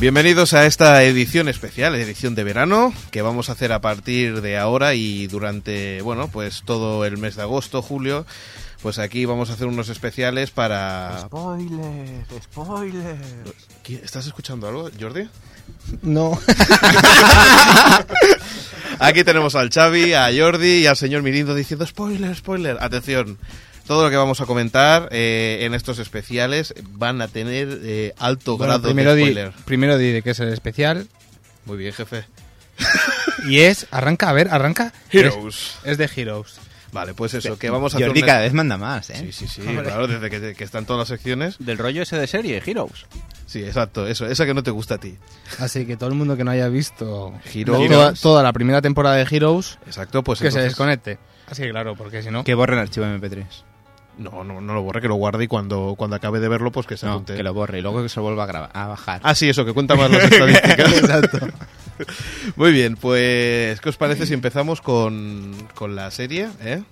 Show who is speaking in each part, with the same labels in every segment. Speaker 1: Bienvenidos a esta edición especial, edición de verano, que vamos a hacer a partir de ahora y durante, bueno, pues todo el mes de agosto, julio. Pues aquí vamos a hacer unos especiales para...
Speaker 2: Spoiler, spoiler.
Speaker 1: ¿Qui- ¿Estás escuchando algo, Jordi?
Speaker 3: No.
Speaker 1: Aquí tenemos al Xavi, a Jordi y al señor Mirindo diciendo spoiler, spoiler. Atención, todo lo que vamos a comentar eh, en estos especiales van a tener eh, alto
Speaker 3: Bueno,
Speaker 1: grado
Speaker 3: primero,
Speaker 1: de
Speaker 3: di,
Speaker 1: spoiler.
Speaker 3: primero di de qué es el especial.
Speaker 1: Muy bien, jefe.
Speaker 3: Y es, arranca, a ver, arranca.
Speaker 1: Heroes.
Speaker 3: Es, es de Heroes.
Speaker 1: Vale, pues eso, que vamos a hacer...
Speaker 4: Jordi
Speaker 1: una-
Speaker 4: cada vez manda más, ¿eh?
Speaker 1: Sí, sí, sí, claro, desde que, que están todas las secciones.
Speaker 2: Del rollo ese de serie, Heroes.
Speaker 1: Sí, exacto, eso, esa que no te gusta a ti.
Speaker 3: Así que todo el mundo que no haya visto
Speaker 1: Heroes.
Speaker 3: Toda, toda la primera temporada de Heroes,
Speaker 1: Exacto, pues
Speaker 3: que se
Speaker 1: entonces-
Speaker 3: desconecte.
Speaker 5: Ah,
Speaker 3: Así que claro, porque si no...
Speaker 4: Que borren archivo MP3.
Speaker 1: No, no, no lo borre, que lo guarde y cuando, cuando acabe de verlo, pues que se
Speaker 4: No,
Speaker 1: apunte.
Speaker 4: que lo borre y luego que se lo vuelva a, grabar, a bajar.
Speaker 1: Ah, sí, eso, que cuenta más las estadísticas.
Speaker 3: Exacto.
Speaker 1: Muy bien, pues, ¿qué os parece si empezamos con, con la serie? eh?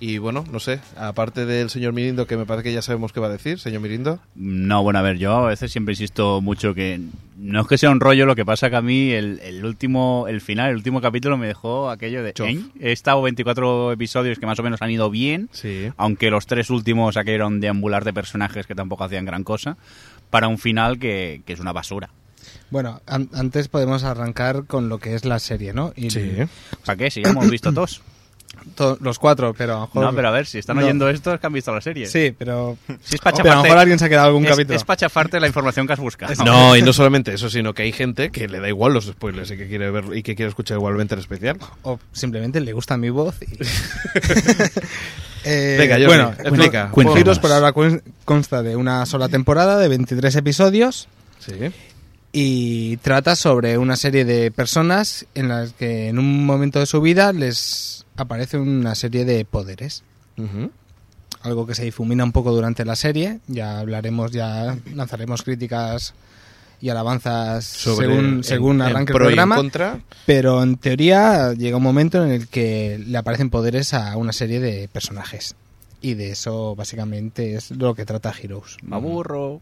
Speaker 1: Y bueno, no sé, aparte del señor Mirindo, que me parece que ya sabemos qué va a decir, señor Mirindo.
Speaker 5: No, bueno, a ver, yo a veces siempre insisto mucho que no es que sea un rollo, lo que pasa que a mí el, el último, el final, el último capítulo me dejó aquello de...
Speaker 1: Chof.
Speaker 5: ¿eh? He estado 24 episodios que más o menos han ido bien,
Speaker 1: Sí.
Speaker 5: aunque los tres últimos aquello era un deambular de personajes que tampoco hacían gran cosa, para un final que, que es una basura.
Speaker 3: Bueno, an- antes podemos arrancar con lo que es la serie, ¿no? Y
Speaker 5: ¿Para qué? Si ya hemos visto dos.
Speaker 3: to- los cuatro, pero a lo mejor-
Speaker 5: No, pero a ver, si están
Speaker 3: No.
Speaker 5: oyendo esto es que han visto la serie.
Speaker 3: Sí, pero...
Speaker 5: Si es para
Speaker 3: pero a lo
Speaker 5: chafarte-
Speaker 3: mejor alguien se ha quedado algún
Speaker 5: es-
Speaker 3: capítulo.
Speaker 5: es para chafarte la información que has buscado.
Speaker 1: No, y no solamente eso, sino que hay gente que le da igual los spoilers y que quiere ver y que quiere escuchar igualmente el especial.
Speaker 3: O simplemente le gusta mi voz y... Eh,
Speaker 1: Venga, Jordi,
Speaker 3: bueno,
Speaker 1: explica.
Speaker 3: Queen
Speaker 1: Cuéntanos.
Speaker 3: Heroes por ahora cuen- consta de una sola temporada de 23 episodios
Speaker 1: Sí.
Speaker 3: y trata sobre una serie de personas en las que en un momento de su vida les aparece una serie de poderes. Algo que se difumina un poco durante la serie. Ya hablaremos, ya lanzaremos críticas y alabanzas
Speaker 1: Sobre
Speaker 3: según,
Speaker 1: en-
Speaker 3: según
Speaker 1: en
Speaker 3: arranque el
Speaker 1: pro y en
Speaker 3: programa.
Speaker 1: contra.
Speaker 3: Pero en teoría llega un momento en el que le aparecen poderes a una serie de personajes. Y de eso básicamente es lo que trata Heroes.
Speaker 5: Me aburro.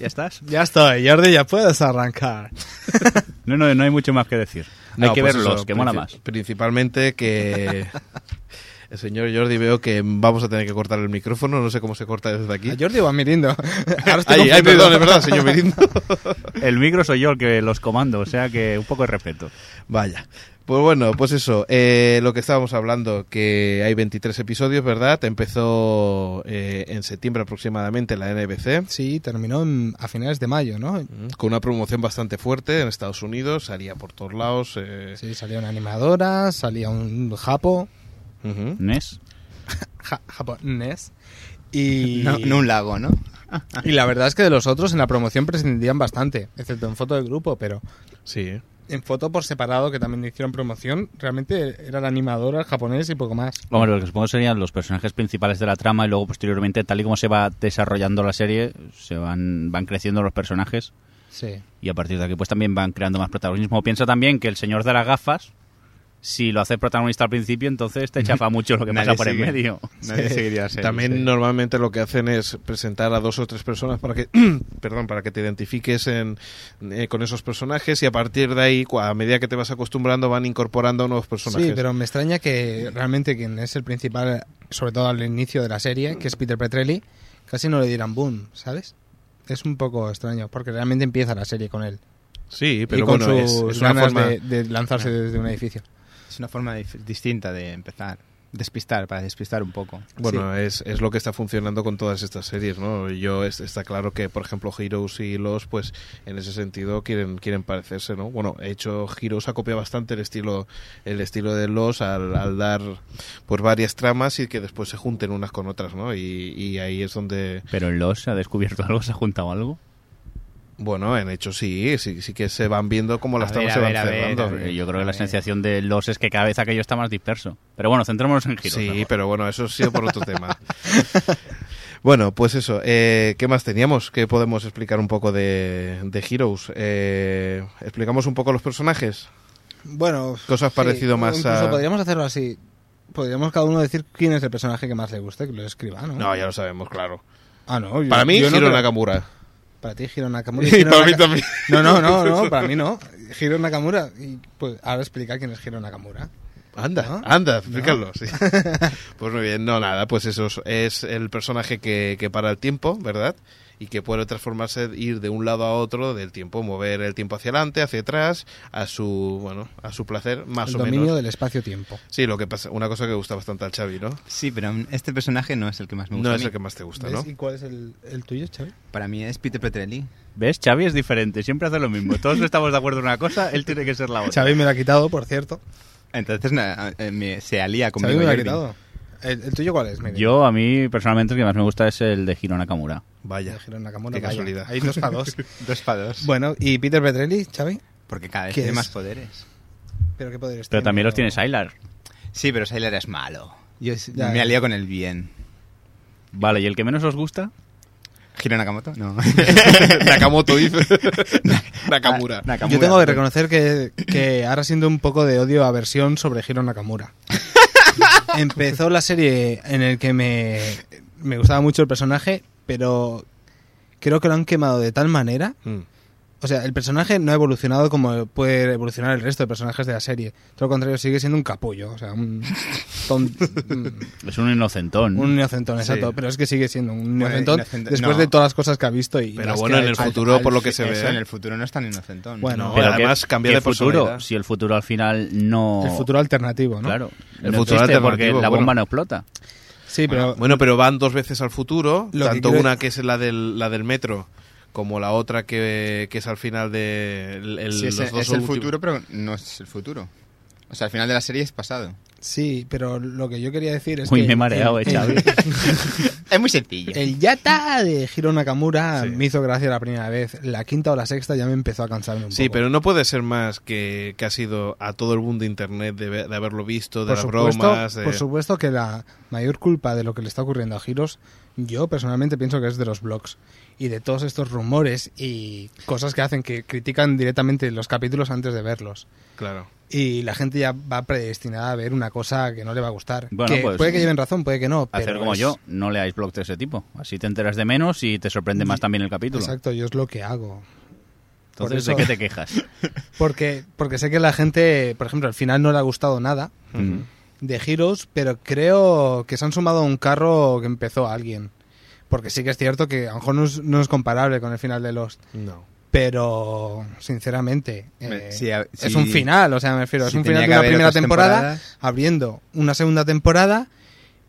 Speaker 5: ¿Ya estás?
Speaker 3: Ya estoy, Jordi, ya puedes arrancar.
Speaker 5: No, no, no hay mucho más que decir.
Speaker 1: No,
Speaker 5: hay que
Speaker 1: pues
Speaker 5: verlos,
Speaker 1: eso,
Speaker 5: que mola
Speaker 1: princi-
Speaker 5: más.
Speaker 1: Principalmente que el señor Jordi veo que vamos a tener que cortar el micrófono, no sé cómo se corta desde aquí.
Speaker 3: ¿A Jordi o a Mirindo? Ahora Ah, estoy
Speaker 1: Ay, ay,
Speaker 3: confundido.
Speaker 1: perdón, es verdad, señor Mirindo.
Speaker 5: El micro soy yo el que los comando, o sea que un poco de respeto.
Speaker 1: Vaya. Pues bueno, pues eso, eh, lo que estábamos hablando, que hay 23 episodios, ¿verdad? Empezó eh, en septiembre aproximadamente la NBC,
Speaker 3: Sí, terminó en- a finales de mayo, ¿no?
Speaker 1: con una promoción bastante fuerte en Estados Unidos, salía por todos lados. eh,
Speaker 3: Sí, salía una animadora, salía un japo,
Speaker 1: ujú.
Speaker 5: ¿Nes?
Speaker 3: ja- japonés. Y,
Speaker 4: No, no un lago, ¿no?
Speaker 3: y la verdad es que de los otros en la promoción prescindían bastante, excepto en foto de grupo, pero
Speaker 1: Sí.
Speaker 3: en foto por separado, que también hicieron promoción, realmente era la animadora, el japonés y poco más.
Speaker 5: Vamos, lo que supongo serían los personajes principales de la trama y luego posteriormente, tal y como se va desarrollando la serie, se van, van creciendo los personajes
Speaker 3: Sí.
Speaker 5: y a partir de aquí pues también van creando más protagonismo. Piensa también que el señor de las gafas, si lo hace protagonista al principio, entonces te chapa mucho lo que
Speaker 4: Nadie
Speaker 5: pasa por
Speaker 4: sigue.
Speaker 5: en medio.
Speaker 4: Nadie seguiría ser.
Speaker 1: También normalmente lo que hacen es presentar a dos o tres personas para que, perdón, para que te identifiques en, eh, con esos personajes y a partir de ahí, cua- a medida que te vas acostumbrando, van incorporando nuevos personajes.
Speaker 3: Sí, pero me extraña que realmente quien es el principal, sobre todo al inicio de la serie, que es Peter Petrelli, casi no le dieran boom, ¿sabes? Es un poco extraño, porque realmente empieza la serie con él.
Speaker 1: Sí,
Speaker 3: y
Speaker 1: pero
Speaker 3: con
Speaker 1: bueno, es,
Speaker 3: sus
Speaker 1: es una
Speaker 3: ganas
Speaker 1: forma...
Speaker 3: de, de lanzarse desde un edificio.
Speaker 4: Es una forma dif- distinta de empezar. Despistar, para despistar un poco.
Speaker 1: Bueno, es, es lo que está funcionando con todas estas series, ¿no? Yo es- está claro que, por ejemplo, Heroes y Los, pues en ese sentido quieren quieren parecerse, ¿no? Bueno, de hecho, Heroes ha copiado bastante el estilo el estilo de Los al, al dar pues varias tramas y que después se junten unas con otras, ¿no? Y, y ahí es donde,
Speaker 5: Pero en los se ha descubierto algo, se ha juntado algo.
Speaker 1: bueno, en hecho sí, sí, sí que se van viendo como las
Speaker 4: A
Speaker 1: tramas
Speaker 4: ver,
Speaker 1: se
Speaker 4: a
Speaker 1: van
Speaker 4: ver, a ver,
Speaker 1: cerrando.
Speaker 4: a ver.
Speaker 5: Yo creo que la
Speaker 4: ver.
Speaker 5: sensación de los es que cada vez aquello está más disperso. Pero bueno, centrémonos en Giro.
Speaker 1: Sí, pero bueno, eso ha sido por otro tema. Bueno, pues eso. eh, ¿Qué más teníamos? ¿Qué podemos explicar un poco de, de Heroes? Eh, ¿Explicamos un poco los personajes?
Speaker 3: Bueno,
Speaker 1: ¿Qué os ha parecido más
Speaker 3: Incluso
Speaker 1: a-
Speaker 3: podríamos hacerlo así. Podríamos cada uno decir quién es el personaje que más le gusta, que lo escriba, ¿no?
Speaker 1: No, ya lo sabemos, claro.
Speaker 3: Ah, no. yo-
Speaker 1: Para mí,
Speaker 3: yo no
Speaker 1: Hiro
Speaker 3: creo-
Speaker 1: Nakamura.
Speaker 3: Para ti, Hiro Nakamura.
Speaker 1: Y
Speaker 3: Hiro
Speaker 1: para mí
Speaker 3: Naka-
Speaker 1: también.
Speaker 3: No, no, no, no, para mí no. Hiro Nakamura. Y pues ahora explica quién es Hiro Nakamura.
Speaker 1: Anda,
Speaker 3: ¿No?
Speaker 1: anda, explícalo. sí. pues muy bien, no, nada, pues eso es- es el personaje que, que para el tiempo, ¿verdad? Y que puede transformarse, ir de un lado a otro del tiempo, mover el tiempo hacia adelante, hacia atrás, a su, bueno, a su placer, más
Speaker 3: el
Speaker 1: o
Speaker 3: dominio
Speaker 1: menos.
Speaker 3: del espacio-tiempo.
Speaker 1: Sí, lo que pasa, una cosa que gusta bastante al Xavi, ¿no?
Speaker 4: Sí, pero este personaje no es el que más me gusta.
Speaker 1: No
Speaker 4: a
Speaker 1: es
Speaker 4: mí.
Speaker 1: el que más te gusta, ¿no?
Speaker 3: ¿Ves? ¿Y cuál es el, el tuyo, Chavi?
Speaker 4: Para mí es Peter Petrelli.
Speaker 5: ¿Ves? Xavi es diferente, siempre hace lo mismo. Todos estamos de acuerdo en una cosa, él tiene que ser la otra.
Speaker 3: Xavi me lo ha quitado, por cierto.
Speaker 4: Entonces na- eh, me- se alía
Speaker 3: Xavi
Speaker 4: conmigo.
Speaker 3: me lo ha
Speaker 4: Jordi.
Speaker 3: quitado. ¿El, el tuyo cuál es? Miguel?
Speaker 5: Yo, a mí, personalmente, el que más me gusta es el de Hiro Nakamura.
Speaker 1: Vaya.
Speaker 3: De Hiro Nakamura.
Speaker 1: Qué
Speaker 3: vaya.
Speaker 1: casualidad.
Speaker 3: Hay dos para dos.
Speaker 4: Dos para dos.
Speaker 3: bueno, ¿y Peter Petrelli, Chavi?
Speaker 4: Porque cada vez
Speaker 3: ¿Qué
Speaker 4: tiene
Speaker 3: es?
Speaker 4: más poderes.
Speaker 3: ¿Pero qué poderes
Speaker 5: Pero
Speaker 3: tiene?
Speaker 5: también los
Speaker 3: ¿O-
Speaker 5: tiene Sylar.
Speaker 4: Sí, pero Sailor es malo. Yo es-
Speaker 3: Ya,
Speaker 4: me
Speaker 3: ya.
Speaker 4: alía con el bien.
Speaker 5: Vale, ¿y el que menos os gusta?
Speaker 4: ¿Giro Nakamoto? No.
Speaker 1: Nakamoto dice. Nakamura.
Speaker 4: Nakamura.
Speaker 3: Yo tengo que reconocer que, que ahora siento un poco de odio aversión sobre Hiro Nakamura. Empezó la serie en el que me, me gustaba mucho el personaje, pero creo que lo han quemado de tal manera.
Speaker 1: Mm.
Speaker 3: O sea, el personaje no ha evolucionado como puede evolucionar el resto de personajes de la serie. Todo lo contrario, sigue siendo un capullo. O sea, un, ton-
Speaker 5: Es un inocentón.
Speaker 3: un neocentón, exacto.
Speaker 1: Sí.
Speaker 3: Pero es que sigue siendo un
Speaker 4: Bueno,
Speaker 3: neocentón
Speaker 4: inocente-
Speaker 3: después
Speaker 4: no.
Speaker 3: de todas las cosas que ha visto. Y
Speaker 1: Pero
Speaker 3: las
Speaker 1: bueno,
Speaker 3: que ha
Speaker 1: en el
Speaker 3: hecho.
Speaker 1: fut- futuro, por lo que
Speaker 4: fi-
Speaker 1: se ve.
Speaker 4: eso, en el futuro no es tan inocentón.
Speaker 3: Bueno,
Speaker 1: No, además cambia
Speaker 5: que
Speaker 1: de
Speaker 5: el futuro,
Speaker 1: personalidad.
Speaker 5: si el futuro al final no...
Speaker 3: el futuro alternativo, ¿no?
Speaker 5: Claro.
Speaker 1: El
Speaker 5: no
Speaker 1: futuro
Speaker 5: existe
Speaker 1: alternativo,
Speaker 5: porque la
Speaker 1: bueno.
Speaker 5: bomba no explota.
Speaker 3: Sí, pero
Speaker 1: Bueno, pero van dos veces al futuro,
Speaker 3: Lo que
Speaker 1: tanto
Speaker 3: quiero-
Speaker 1: una que es la del, la del metro como la otra que, que es al final de el- el-
Speaker 4: Sí, es,
Speaker 1: los dos
Speaker 4: es el
Speaker 1: últimos-
Speaker 4: futuro, pero no es el futuro. O sea, al final de la serie es pasado.
Speaker 3: Sí, pero lo que yo quería decir es
Speaker 5: Uy,
Speaker 3: que...
Speaker 5: me he mareado, eh,
Speaker 3: el,
Speaker 5: Xavi.
Speaker 4: Es muy sencillo.
Speaker 3: el- el yata de Hiro Nakamura
Speaker 1: Sí.
Speaker 3: me hizo gracia la primera vez. La quinta o la sexta ya me empezó a cansarme un
Speaker 1: Sí,
Speaker 3: poco.
Speaker 1: pero no puede ser más que, que ha sido a todo el mundo de internet de, ve- de haberlo visto, de
Speaker 3: por
Speaker 1: las
Speaker 3: supuesto,
Speaker 1: bromas. eh, de-
Speaker 3: por supuesto que la mayor culpa de lo que le está ocurriendo a Hiros, yo personalmente pienso que es de los blogs y de todos estos rumores y cosas que hacen que critican directamente los capítulos antes de verlos.
Speaker 1: Claro.
Speaker 3: Y la gente ya va predestinada a ver una cosa que no le va a gustar.
Speaker 5: Bueno,
Speaker 3: Que
Speaker 5: pues,
Speaker 3: puede que lleven razón, puede que no. Pero
Speaker 5: Hacer como
Speaker 3: es-
Speaker 5: yo, no leáis blogs de ese tipo. Así te enteras de menos y te sorprende más también el capítulo.
Speaker 3: Exacto, yo es lo que hago. Por
Speaker 5: Entonces,
Speaker 3: eso-
Speaker 5: ¿de qué te quejas?
Speaker 3: Porque, porque sé que la gente, por ejemplo, al final no le ha gustado nada
Speaker 5: Mm.
Speaker 1: Ujú.
Speaker 3: de Heroes, pero creo que se han sumado a un carro que empezó alguien. Porque sí que es cierto que a lo mejor no es, no es comparable con el final de Lost.
Speaker 1: No.
Speaker 3: Pero, sinceramente,
Speaker 4: Me-
Speaker 3: eh,
Speaker 4: si a-
Speaker 3: es
Speaker 4: si-
Speaker 3: un final, o sea, me refiero,
Speaker 4: si
Speaker 3: es un
Speaker 4: tenía
Speaker 3: final
Speaker 4: que
Speaker 3: de una
Speaker 4: haber
Speaker 3: primera
Speaker 4: otras
Speaker 3: temporada,
Speaker 4: temporadas.
Speaker 3: abriendo una segunda temporada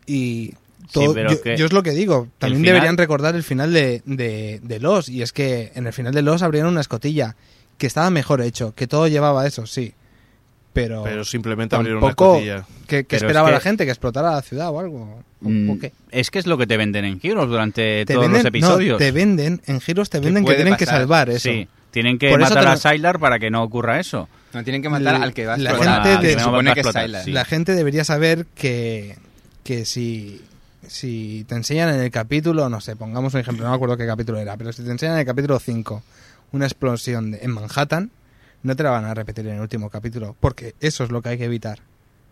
Speaker 3: y todo.
Speaker 5: pero
Speaker 3: yo,
Speaker 5: que-
Speaker 3: yo es lo que digo, también
Speaker 5: final-
Speaker 3: deberían recordar el final de, de, de Los, y es que en el final de Los abrieron una escotilla que estaba mejor hecho, que todo llevaba eso, sí. Pero,
Speaker 1: Pero simplemente abrieron una
Speaker 3: tampoco
Speaker 1: escotilla.
Speaker 3: que,
Speaker 5: Pero es
Speaker 3: esperaba
Speaker 5: que-
Speaker 3: la gente que explotara la ciudad o algo. ¿O-
Speaker 5: Mm,
Speaker 3: o qué?
Speaker 5: Es que es lo que te venden en Heroes durante
Speaker 3: Te
Speaker 5: todos
Speaker 3: venden,
Speaker 5: los
Speaker 3: no,
Speaker 5: episodios.
Speaker 3: te venden, en giros te
Speaker 4: Que
Speaker 3: venden que,
Speaker 4: puede
Speaker 3: tienen que
Speaker 4: pasar,
Speaker 3: salvar eso.
Speaker 5: Sí, tienen que
Speaker 3: Por eso
Speaker 5: matar
Speaker 3: te
Speaker 5: a
Speaker 3: lo-
Speaker 5: Sylar para que no ocurra eso.
Speaker 4: No tienen que matar
Speaker 3: La-
Speaker 4: al que va a
Speaker 3: la
Speaker 4: explotar.
Speaker 3: gente de-
Speaker 4: Se supone que es
Speaker 5: explotar,
Speaker 4: Sailor.
Speaker 5: sí.
Speaker 3: La gente debería saber que, que si, si te enseñan en el capítulo, no sé, pongamos un ejemplo, no me acuerdo qué capítulo era, pero si te enseñan en el capítulo 5 una explosión de- en Manhattan, no te la van a repetir en el último capítulo, porque eso es lo que hay que evitar.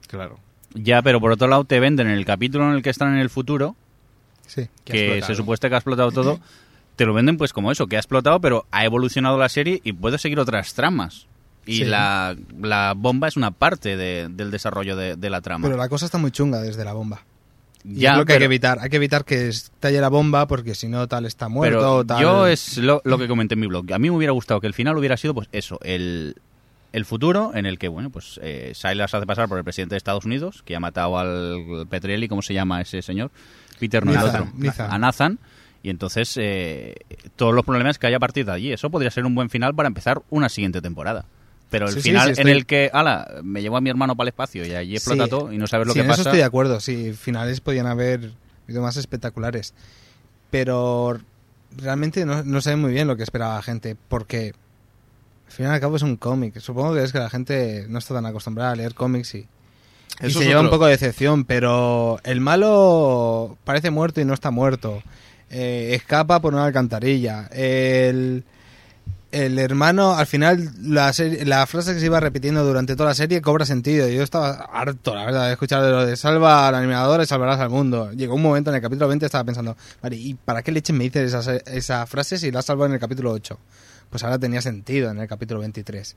Speaker 1: Claro.
Speaker 5: Ya, pero por otro lado te venden en el capítulo en el que están en el futuro,
Speaker 3: Sí.
Speaker 4: Que
Speaker 5: que,
Speaker 4: ha explotado.
Speaker 5: se supuesta que ha explotado todo, te lo venden pues como eso, que ha explotado, pero ha evolucionado la serie y puede seguir otras tramas. Y
Speaker 3: Sí.
Speaker 5: la, la bomba es una parte de- del desarrollo de, de la trama.
Speaker 3: Pero la cosa está muy chunga desde la bomba. Y
Speaker 5: ya,
Speaker 3: es lo que hay que
Speaker 5: pero-
Speaker 3: evitar. Hay que evitar que estalle la bomba porque si no tal está muerto
Speaker 5: Pero
Speaker 3: tal...
Speaker 5: yo es lo, lo que comenté en mi blog. A mí me hubiera gustado que el final hubiera sido, pues eso, el, el futuro en el que, bueno, pues eh, Silas se hace pasar por el presidente de Estados Unidos, que ha matado al Petrelli, ¿cómo se llama ese señor? Peter, no el
Speaker 3: Nathan,
Speaker 5: otro.
Speaker 3: Nathan.
Speaker 5: A Nathan. Y entonces, eh, todos los problemas que haya a partir de allí. Eso podría ser un buen final para empezar una siguiente temporada. Pero el
Speaker 3: Sí, sí,
Speaker 5: final
Speaker 3: sí, estoy-
Speaker 5: en el que, ala, me llevo a mi hermano para el espacio y allí explota
Speaker 3: Sí.
Speaker 5: todo y no sabes lo
Speaker 3: Sí,
Speaker 5: que
Speaker 3: en
Speaker 5: pasa.
Speaker 3: Eso estoy de acuerdo, sí, finales podían haber sido más espectaculares. Pero realmente no, no sabe muy bien lo que esperaba la gente, porque al fin y al cabo es un cómic. Supongo que es que la gente no está tan acostumbrada a leer cómics y, y
Speaker 1: Eso
Speaker 3: se
Speaker 1: es
Speaker 3: lleva un
Speaker 1: otro-
Speaker 3: poco de decepción, pero el malo parece muerto y no está muerto. Eh, escapa por una alcantarilla. El, el hermano, al final, la, serie- la frase que se iba repitiendo durante toda la serie cobra sentido. Yo estaba harto, la verdad, de escuchar lo de salva al animador y salvarás al mundo. Llegó un momento en el capítulo 20 estaba pensando, vale, ¿y para qué leche me dices esa, esa frase si la has salvado en el capítulo 8? Pues ahora tenía sentido en el capítulo 23.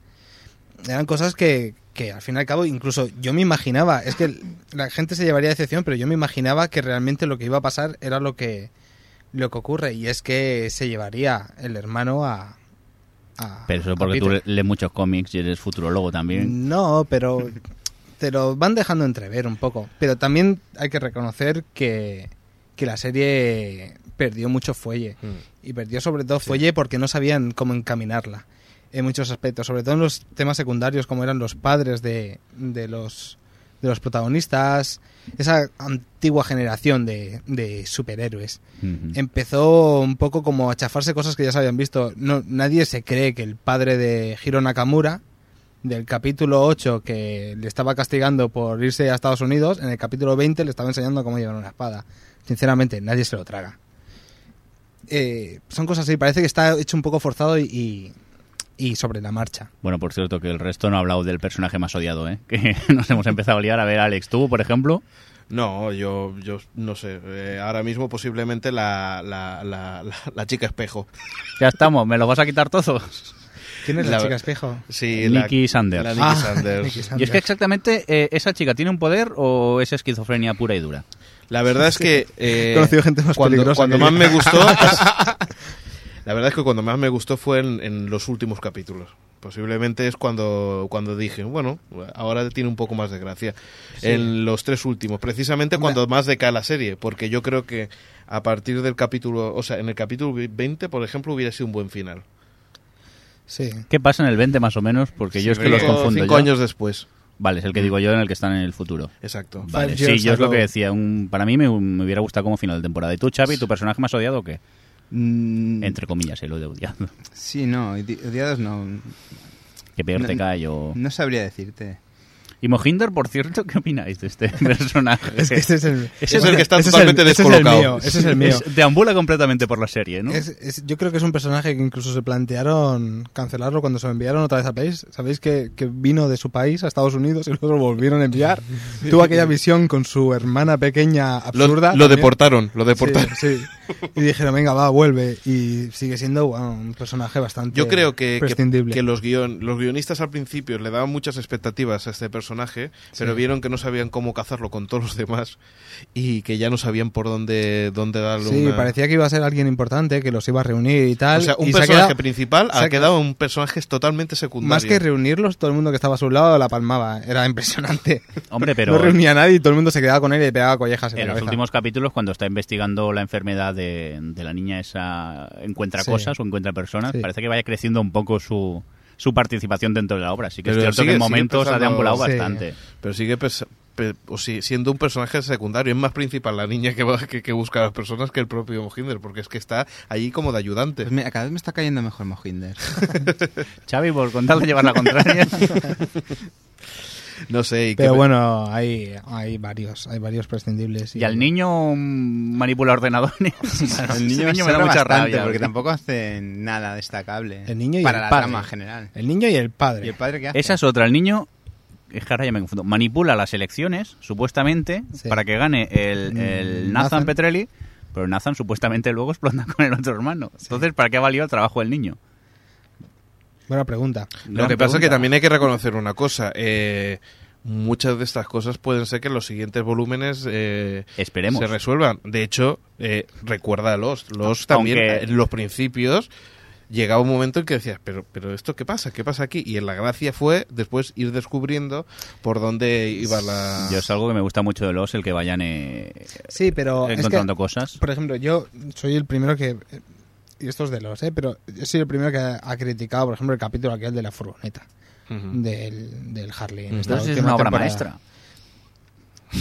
Speaker 3: Eran cosas que, que al fin y al cabo, incluso yo me imaginaba, es que la gente se llevaría decepción, pero yo me imaginaba que realmente lo que iba a pasar era lo que, lo que ocurre, y es que se llevaría el hermano a. a-
Speaker 5: Pero eso
Speaker 3: a
Speaker 5: es porque tú
Speaker 3: Peter.
Speaker 5: le- lees muchos cómics y eres futurologo también.
Speaker 3: No, pero te lo van dejando entrever un poco. Pero también hay que reconocer que, que la serie perdió mucho fuelle. Y perdió sobre todo fuelle porque no sabían cómo encaminarla en muchos aspectos, sobre todo en los temas secundarios como eran los padres de, de los de los protagonistas, esa antigua generación de, de superhéroes.
Speaker 5: Ujú.
Speaker 3: Empezó un poco como a chafarse cosas que ya se habían visto. No, nadie se cree que el padre de Hiro Nakamura, del capítulo 8 que le estaba castigando por irse a Estados Unidos, en el capítulo 20 le estaba enseñando cómo llevar una espada. Sinceramente, nadie se lo traga. Eh, son cosas así, parece que está hecho un poco forzado y, y- y sobre la marcha.
Speaker 5: Bueno, por cierto, que el resto no ha hablado del personaje más odiado, ¿eh? Que nos hemos empezado a liar. A ver, Alex, tú, por ejemplo.
Speaker 1: No, yo, yo no sé. eh, ahora mismo posiblemente la, la, la, la- la chica espejo.
Speaker 5: Ya estamos, ¿me los vas a quitar todos?
Speaker 3: ¿Quién es la,
Speaker 1: La-
Speaker 3: chica espejo?
Speaker 1: Sí,
Speaker 5: Nicky
Speaker 1: la,
Speaker 5: Sanders.
Speaker 1: La Nicky
Speaker 3: Ah,
Speaker 1: Sanders.
Speaker 3: Nicky Sanders.
Speaker 5: Y es que exactamente, eh, ¿esa chica tiene un poder o es esquizofrenia pura y dura?
Speaker 1: La verdad es que. eh,
Speaker 3: He conocido gente más
Speaker 1: cuando,
Speaker 3: peligrosa
Speaker 1: cuando
Speaker 3: que
Speaker 1: más
Speaker 3: yo.
Speaker 1: me gustó. la verdad es que cuando más me gustó fue en, en los últimos capítulos. Posiblemente es cuando, cuando dije, bueno, ahora tiene un poco más de gracia. En los tres últimos, precisamente
Speaker 3: Hombre.
Speaker 1: cuando más decae la serie, porque yo creo que a partir del capítulo, o sea, en el capítulo 20, por ejemplo, hubiera sido un buen final.
Speaker 3: Sí.
Speaker 5: ¿Qué pasa en el 20 más o menos? Porque yo es que los
Speaker 1: Cinco-
Speaker 5: confundo.
Speaker 1: Cinco
Speaker 5: yo.
Speaker 1: años después,
Speaker 5: Vale, es el que digo yo en el que están en el futuro.
Speaker 1: exacto.
Speaker 5: Vale,
Speaker 3: Five
Speaker 5: sí,
Speaker 3: years
Speaker 5: yo es lo
Speaker 3: ago.
Speaker 5: que decía. un- para mí me, me hubiera gustado como final de temporada. ¿Y tú, Xavi, tu personaje más odiado o qué?
Speaker 4: Mm,
Speaker 5: Entre comillas, eh, lo de odiado.
Speaker 4: Sí, no, odi- odiados no.
Speaker 5: Que peor te
Speaker 4: No-
Speaker 5: callo. o...
Speaker 4: No sabría decirte.
Speaker 5: Y Mohinder, por cierto, ¿qué opináis de este personaje?
Speaker 3: Es que este es el,
Speaker 5: Ese es el
Speaker 1: que está
Speaker 3: ese es
Speaker 1: totalmente
Speaker 3: ese es el
Speaker 1: descolocado.
Speaker 3: mío, ese es el mío.
Speaker 5: Es- deambula completamente por la serie, ¿no?
Speaker 3: Es- es- yo creo que es un personaje que incluso se plantearon cancelarlo cuando se lo enviaron otra vez a país. Sabéis que, que vino de su país a Estados Unidos y luego lo volvieron a enviar. Tuvo aquella visión con su hermana pequeña
Speaker 1: Lo,
Speaker 3: absurda.
Speaker 1: lo
Speaker 3: también.
Speaker 1: deportaron, lo deportaron.
Speaker 3: Sí, sí. Y dijeron, venga, va, vuelve. Y sigue siendo bueno, un personaje bastante
Speaker 1: Yo creo que, que,
Speaker 3: prescindible.
Speaker 1: que los, guion, los guionistas al principio le daban muchas expectativas a este personaje, pero vieron que no sabían cómo cazarlo con todos los demás y que ya no sabían por dónde, dónde darle
Speaker 3: Sí,
Speaker 1: una-
Speaker 3: parecía que iba a ser alguien importante, que los iba a reunir y tal.
Speaker 1: O sea, un
Speaker 3: y se ha
Speaker 1: personaje
Speaker 3: quedado-
Speaker 1: principal
Speaker 3: se
Speaker 1: ha
Speaker 3: ha-
Speaker 1: quedado un personaje totalmente secundario.
Speaker 3: Más que reunirlos, todo el mundo que estaba a su lado la palmaba. Era impresionante.
Speaker 5: Hombre, pero
Speaker 3: No reunía a nadie y todo el mundo se quedaba con él y le pegaba collejas en,
Speaker 5: en
Speaker 3: la
Speaker 5: los
Speaker 3: cabeza.
Speaker 5: últimos capítulos, cuando está investigando la enfermedad de, de la niña esa, encuentra
Speaker 3: Sí.
Speaker 5: cosas o encuentra personas,
Speaker 3: Sí.
Speaker 5: parece que vaya creciendo un poco su, su participación dentro de la obra. Así que
Speaker 1: Pero
Speaker 5: es cierto
Speaker 1: sigue-
Speaker 5: que en
Speaker 1: sigue
Speaker 5: momentos ha
Speaker 1: pensando-
Speaker 5: deambulado
Speaker 3: Sí.
Speaker 5: bastante.
Speaker 1: Pero sigue pes- pe- o sí, siendo un personaje secundario. Es más principal la niña que, va- que, que busca a las personas que el propio Mohinder, porque es que está allí como de ayudante.
Speaker 4: Pues mira, cada vez me está cayendo mejor Mohinder.
Speaker 5: Xavi, por contar de llevar la contraria.
Speaker 1: No sé. ¿y qué
Speaker 3: Pero
Speaker 1: me-
Speaker 3: bueno, hay, hay varios, hay varios prescindibles.
Speaker 5: y al niño mm, manipula ordenadores. Ese me da
Speaker 4: sobra bastante,
Speaker 5: mucha rabia.
Speaker 4: porque tampoco hace nada destacable.
Speaker 3: El niño y
Speaker 4: Para
Speaker 3: el
Speaker 4: la
Speaker 3: padre.
Speaker 4: trama general.
Speaker 3: El niño y el padre.
Speaker 4: ¿Y el padre qué hace?
Speaker 5: Esa es otra. El niño, es que ahora ya me confundo, manipula las elecciones, supuestamente,
Speaker 3: Sí.
Speaker 5: para que gane el, el
Speaker 3: Mm,
Speaker 5: Nathan
Speaker 3: Nathan.
Speaker 5: Petrelli, pero Nathan supuestamente luego explota con el otro hermano. Entonces, ¿para qué ha valido el trabajo del niño?
Speaker 3: Buena pregunta.
Speaker 1: Lo que pasa es que también hay que reconocer una cosa. eh, muchas de estas cosas pueden ser que en los siguientes volúmenes eh,
Speaker 5: Esperemos.
Speaker 1: se resuelvan. De hecho, eh, recuerda a Lost. Lost también,
Speaker 5: Aunque-
Speaker 1: en los principios, llegaba un momento en que decías, pero, pero ¿esto qué pasa? ¿Qué pasa aquí? Y en la gracia fue después ir descubriendo por dónde iba la...
Speaker 5: Yo es algo que me gusta mucho de los, el que vayan eh,
Speaker 3: Sí, pero Oh, es que,
Speaker 5: encontrando cosas.
Speaker 3: por ejemplo, yo soy el primero que... Y esto es de los, ¿eh? Pero yo soy el primero que ha, ha criticado, por ejemplo, el capítulo aquel de la furgoneta,
Speaker 1: Ujú.
Speaker 3: del, del Harley. en
Speaker 1: Ujú.
Speaker 3: esta
Speaker 5: Entonces Mm. es
Speaker 3: última
Speaker 5: una obra
Speaker 3: temporada.
Speaker 5: maestra.